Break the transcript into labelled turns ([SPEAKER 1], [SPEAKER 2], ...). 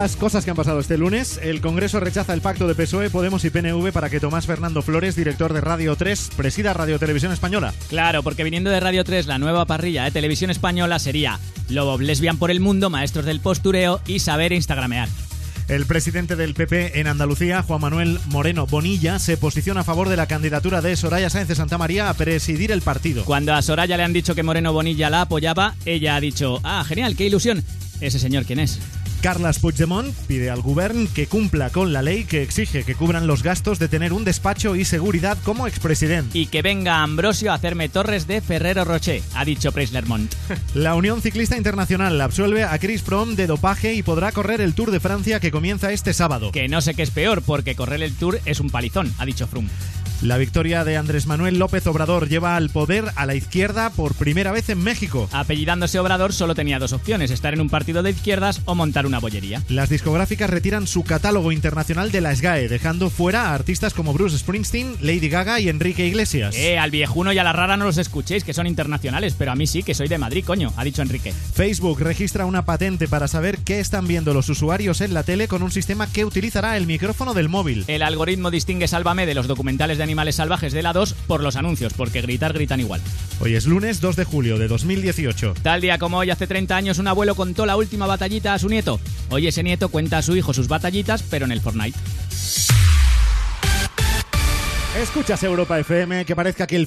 [SPEAKER 1] Las cosas que han pasado este lunes, el Congreso rechaza el pacto de PSOE, E, Podemos y PNV para que Tomás Fernando Flores, director de Radio 3, presida Radio Televisión Española.
[SPEAKER 2] Claro, porque viniendo de Radio 3, la nueva parrilla de televisión española sería Lobo Lesbian por el Mundo, Maestros del Postureo y Saber Instagramear.
[SPEAKER 1] El presidente del PP en Andalucía, Juan Manuel Moreno Bonilla, se posiciona a favor de la candidatura de Soraya Sáenz de Santa María a presidir el partido.
[SPEAKER 2] Cuando a Soraya le han dicho que Moreno Bonilla la apoyaba, ella ha dicho, ah, genial, qué ilusión. ¿Ese señor quién es?
[SPEAKER 1] Carles Puigdemont pide al Govern que cumpla con la ley que exige que cubran los gastos de tener un despacho y seguridad como expresidente.
[SPEAKER 2] Y que venga Ambrosio a hacerme torres de Ferrero Rocher, ha dicho Preislermont.
[SPEAKER 1] La Unión Ciclista Internacional absuelve a Chris Fromm de dopaje y podrá correr el Tour de Francia que comienza este sábado.
[SPEAKER 2] Que no sé qué es peor, porque correr el Tour es un palizón, ha dicho Froome.
[SPEAKER 1] La victoria de Andrés Manuel López Obrador lleva al poder a la izquierda por primera vez en México.
[SPEAKER 2] Apellidándose Obrador solo tenía dos opciones, estar en un partido de izquierdas o montar una bollería.
[SPEAKER 1] Las discográficas retiran su catálogo internacional de la SGAE, dejando fuera a artistas como Bruce Springsteen, Lady Gaga y Enrique Iglesias.
[SPEAKER 2] Eh, al viejuno y a la rara no los escuchéis, que son internacionales, pero a mí sí, que soy de Madrid, coño, ha dicho Enrique.
[SPEAKER 1] Facebook registra una patente para saber qué están viendo los usuarios en la tele con un sistema que utilizará el micrófono del móvil.
[SPEAKER 2] El algoritmo distingue Sálvame de los documentales de animales salvajes de la 2 por los anuncios, porque gritar gritan igual.
[SPEAKER 1] Hoy es lunes 2 de julio de 2018.
[SPEAKER 2] Tal día como hoy, hace 30 años, un abuelo contó la última batallita a su nieto. Hoy ese nieto cuenta a su hijo sus batallitas, pero en el Fortnite.
[SPEAKER 1] Escuchas Europa FM, que parezca que el fin